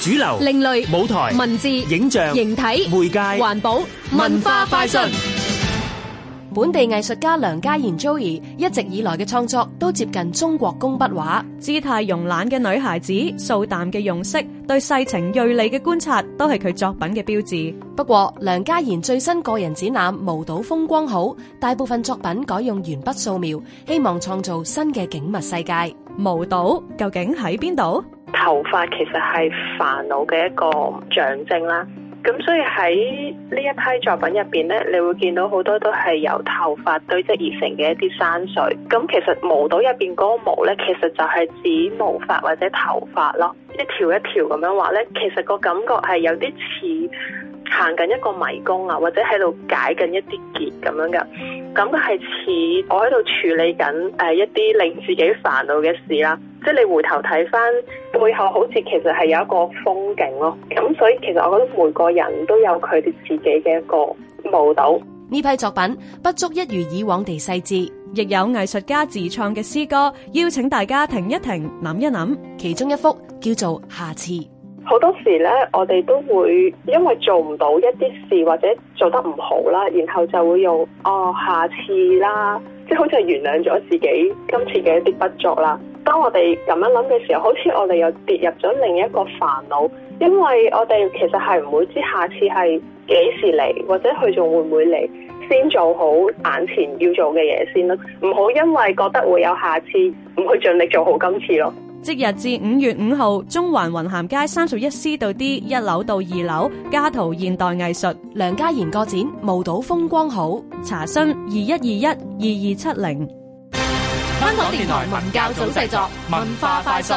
主流、另類舞台、文字、影像、形體、媒介、環保、文化快訊。本地藝術家梁家賢 Joey 一直以來嘅創作都接近中國工筆畫，姿態慵懶嘅女孩子，素淡嘅用色，對世情銳利嘅觀察，都係佢作品嘅標誌。不過梁家賢最新個人展覽《無島風光好》，大部分作品改用鉛筆素描，希望創造新嘅景物世界。無島究竟喺邊度？頭髮其實係煩惱嘅一個象徵啦。咁所以喺呢一批作品入邊咧，你會見到好多都係由頭髮堆積而成嘅一啲山水。咁其實毛島入邊嗰個毛咧，其實就係指毛髮或者頭髮咯，一條一條咁樣畫咧，其實個感覺係有啲似行緊一個迷宮啊，或者喺度解緊一啲結咁樣噶。咁係似我喺度處理緊誒一啲令自己煩惱嘅事啦。即係你回頭睇翻背後，好似其實係有一個風景咯。咁所以其實我覺得每個人都有佢哋自己嘅一個舞蹈。呢批作品不足一如以往地細緻，亦有藝術家自創嘅詩歌，邀請大家停一停，諗一諗。其中一幅叫做《下次》。好多時咧，我哋都會因為做唔到一啲事或者做得唔好啦，然後就會用哦下次啦，即係好似係原諒咗自己今次嘅一啲不足啦。當我哋咁樣諗嘅時候，好似我哋又跌入咗另一個煩惱，因為我哋其實係唔會知下次係幾時嚟，或者佢仲會唔會嚟，先做好眼前要做嘅嘢先咯。唔好因為覺得會有下次，唔去盡力做好今次咯。即日至五月五號，中環雲咸街三十一 C 到 D 一樓到二樓，家圖現代藝術梁家賢個展《霧島風光好》，查詢二一二一二二七零。香港電台文教組製作，文化快訊。